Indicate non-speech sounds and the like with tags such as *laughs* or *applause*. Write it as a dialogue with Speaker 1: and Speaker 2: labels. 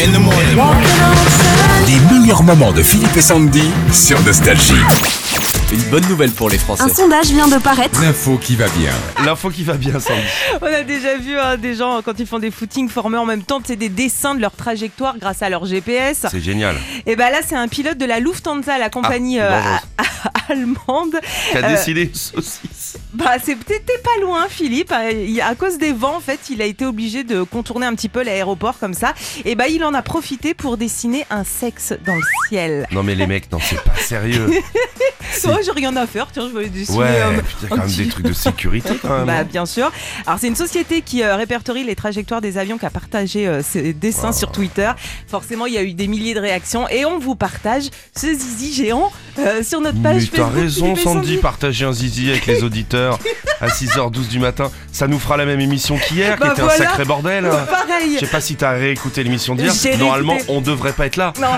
Speaker 1: in the morning.
Speaker 2: Les meilleurs moments de Philippe et Sandy sur Nostalgie.
Speaker 3: Une bonne nouvelle pour les
Speaker 4: Un
Speaker 3: Français.
Speaker 4: sondage vient de paraître.
Speaker 2: L'info qui va bien.
Speaker 3: L'info qui va bien, Sandy.
Speaker 5: On a déjà vu hein, des gens quand ils font des footings formés en même temps, c'est des dessins de leur trajectoire grâce à leur GPS.
Speaker 3: C'est génial.
Speaker 5: Et ben là, c'est un pilote de la Lufthansa, la compagnie
Speaker 3: Ah,
Speaker 5: euh,
Speaker 3: dangereuse.
Speaker 5: a- allemande.
Speaker 3: Qui a
Speaker 5: Euh,
Speaker 3: décidé une saucisse.
Speaker 5: Bah, c'est t'étais pas loin, Philippe. Euh, il- À cause des vents, en fait, il a été obligé de contourner un petit peu l'aéroport comme ça. Et bah, il en a profité pour dessiner un sexe dans le ciel.
Speaker 3: Non, mais les mecs, non, c'est pas sérieux. Si.
Speaker 5: Moi, j'ai rien à faire. Tiens, *laughs* je vais dessiner.
Speaker 3: Ouais,
Speaker 5: un-
Speaker 3: putain, quand même des
Speaker 5: petit-
Speaker 3: trucs de sécurité quand
Speaker 5: Bah,
Speaker 3: même. hein.
Speaker 5: bien sûr. Alors, c'est une société qui euh, répertorie les trajectoires des avions qui a partagé euh, ses dessins sur Twitter. Forcément, il y a eu des milliers de réactions et on vous partage ce zizi géant euh, sur notre page
Speaker 3: Mais t'as
Speaker 5: Facebook.
Speaker 3: raison,
Speaker 5: Philippe et
Speaker 3: Sandy,
Speaker 5: Sandy.
Speaker 3: partager un zizi avec
Speaker 5: *laughs*
Speaker 3: les auditeurs à 6h12 du matin, ça nous fera la même émission qu'hier,
Speaker 5: Bah
Speaker 3: qui était un
Speaker 5: voilà.
Speaker 3: sacré bordel.
Speaker 5: Pareil.
Speaker 3: Je sais pas si t'as réécouté l'émission d'hier.
Speaker 5: J'ai
Speaker 3: Normalement,
Speaker 5: réécouté.
Speaker 3: on devrait pas être là.
Speaker 5: Non,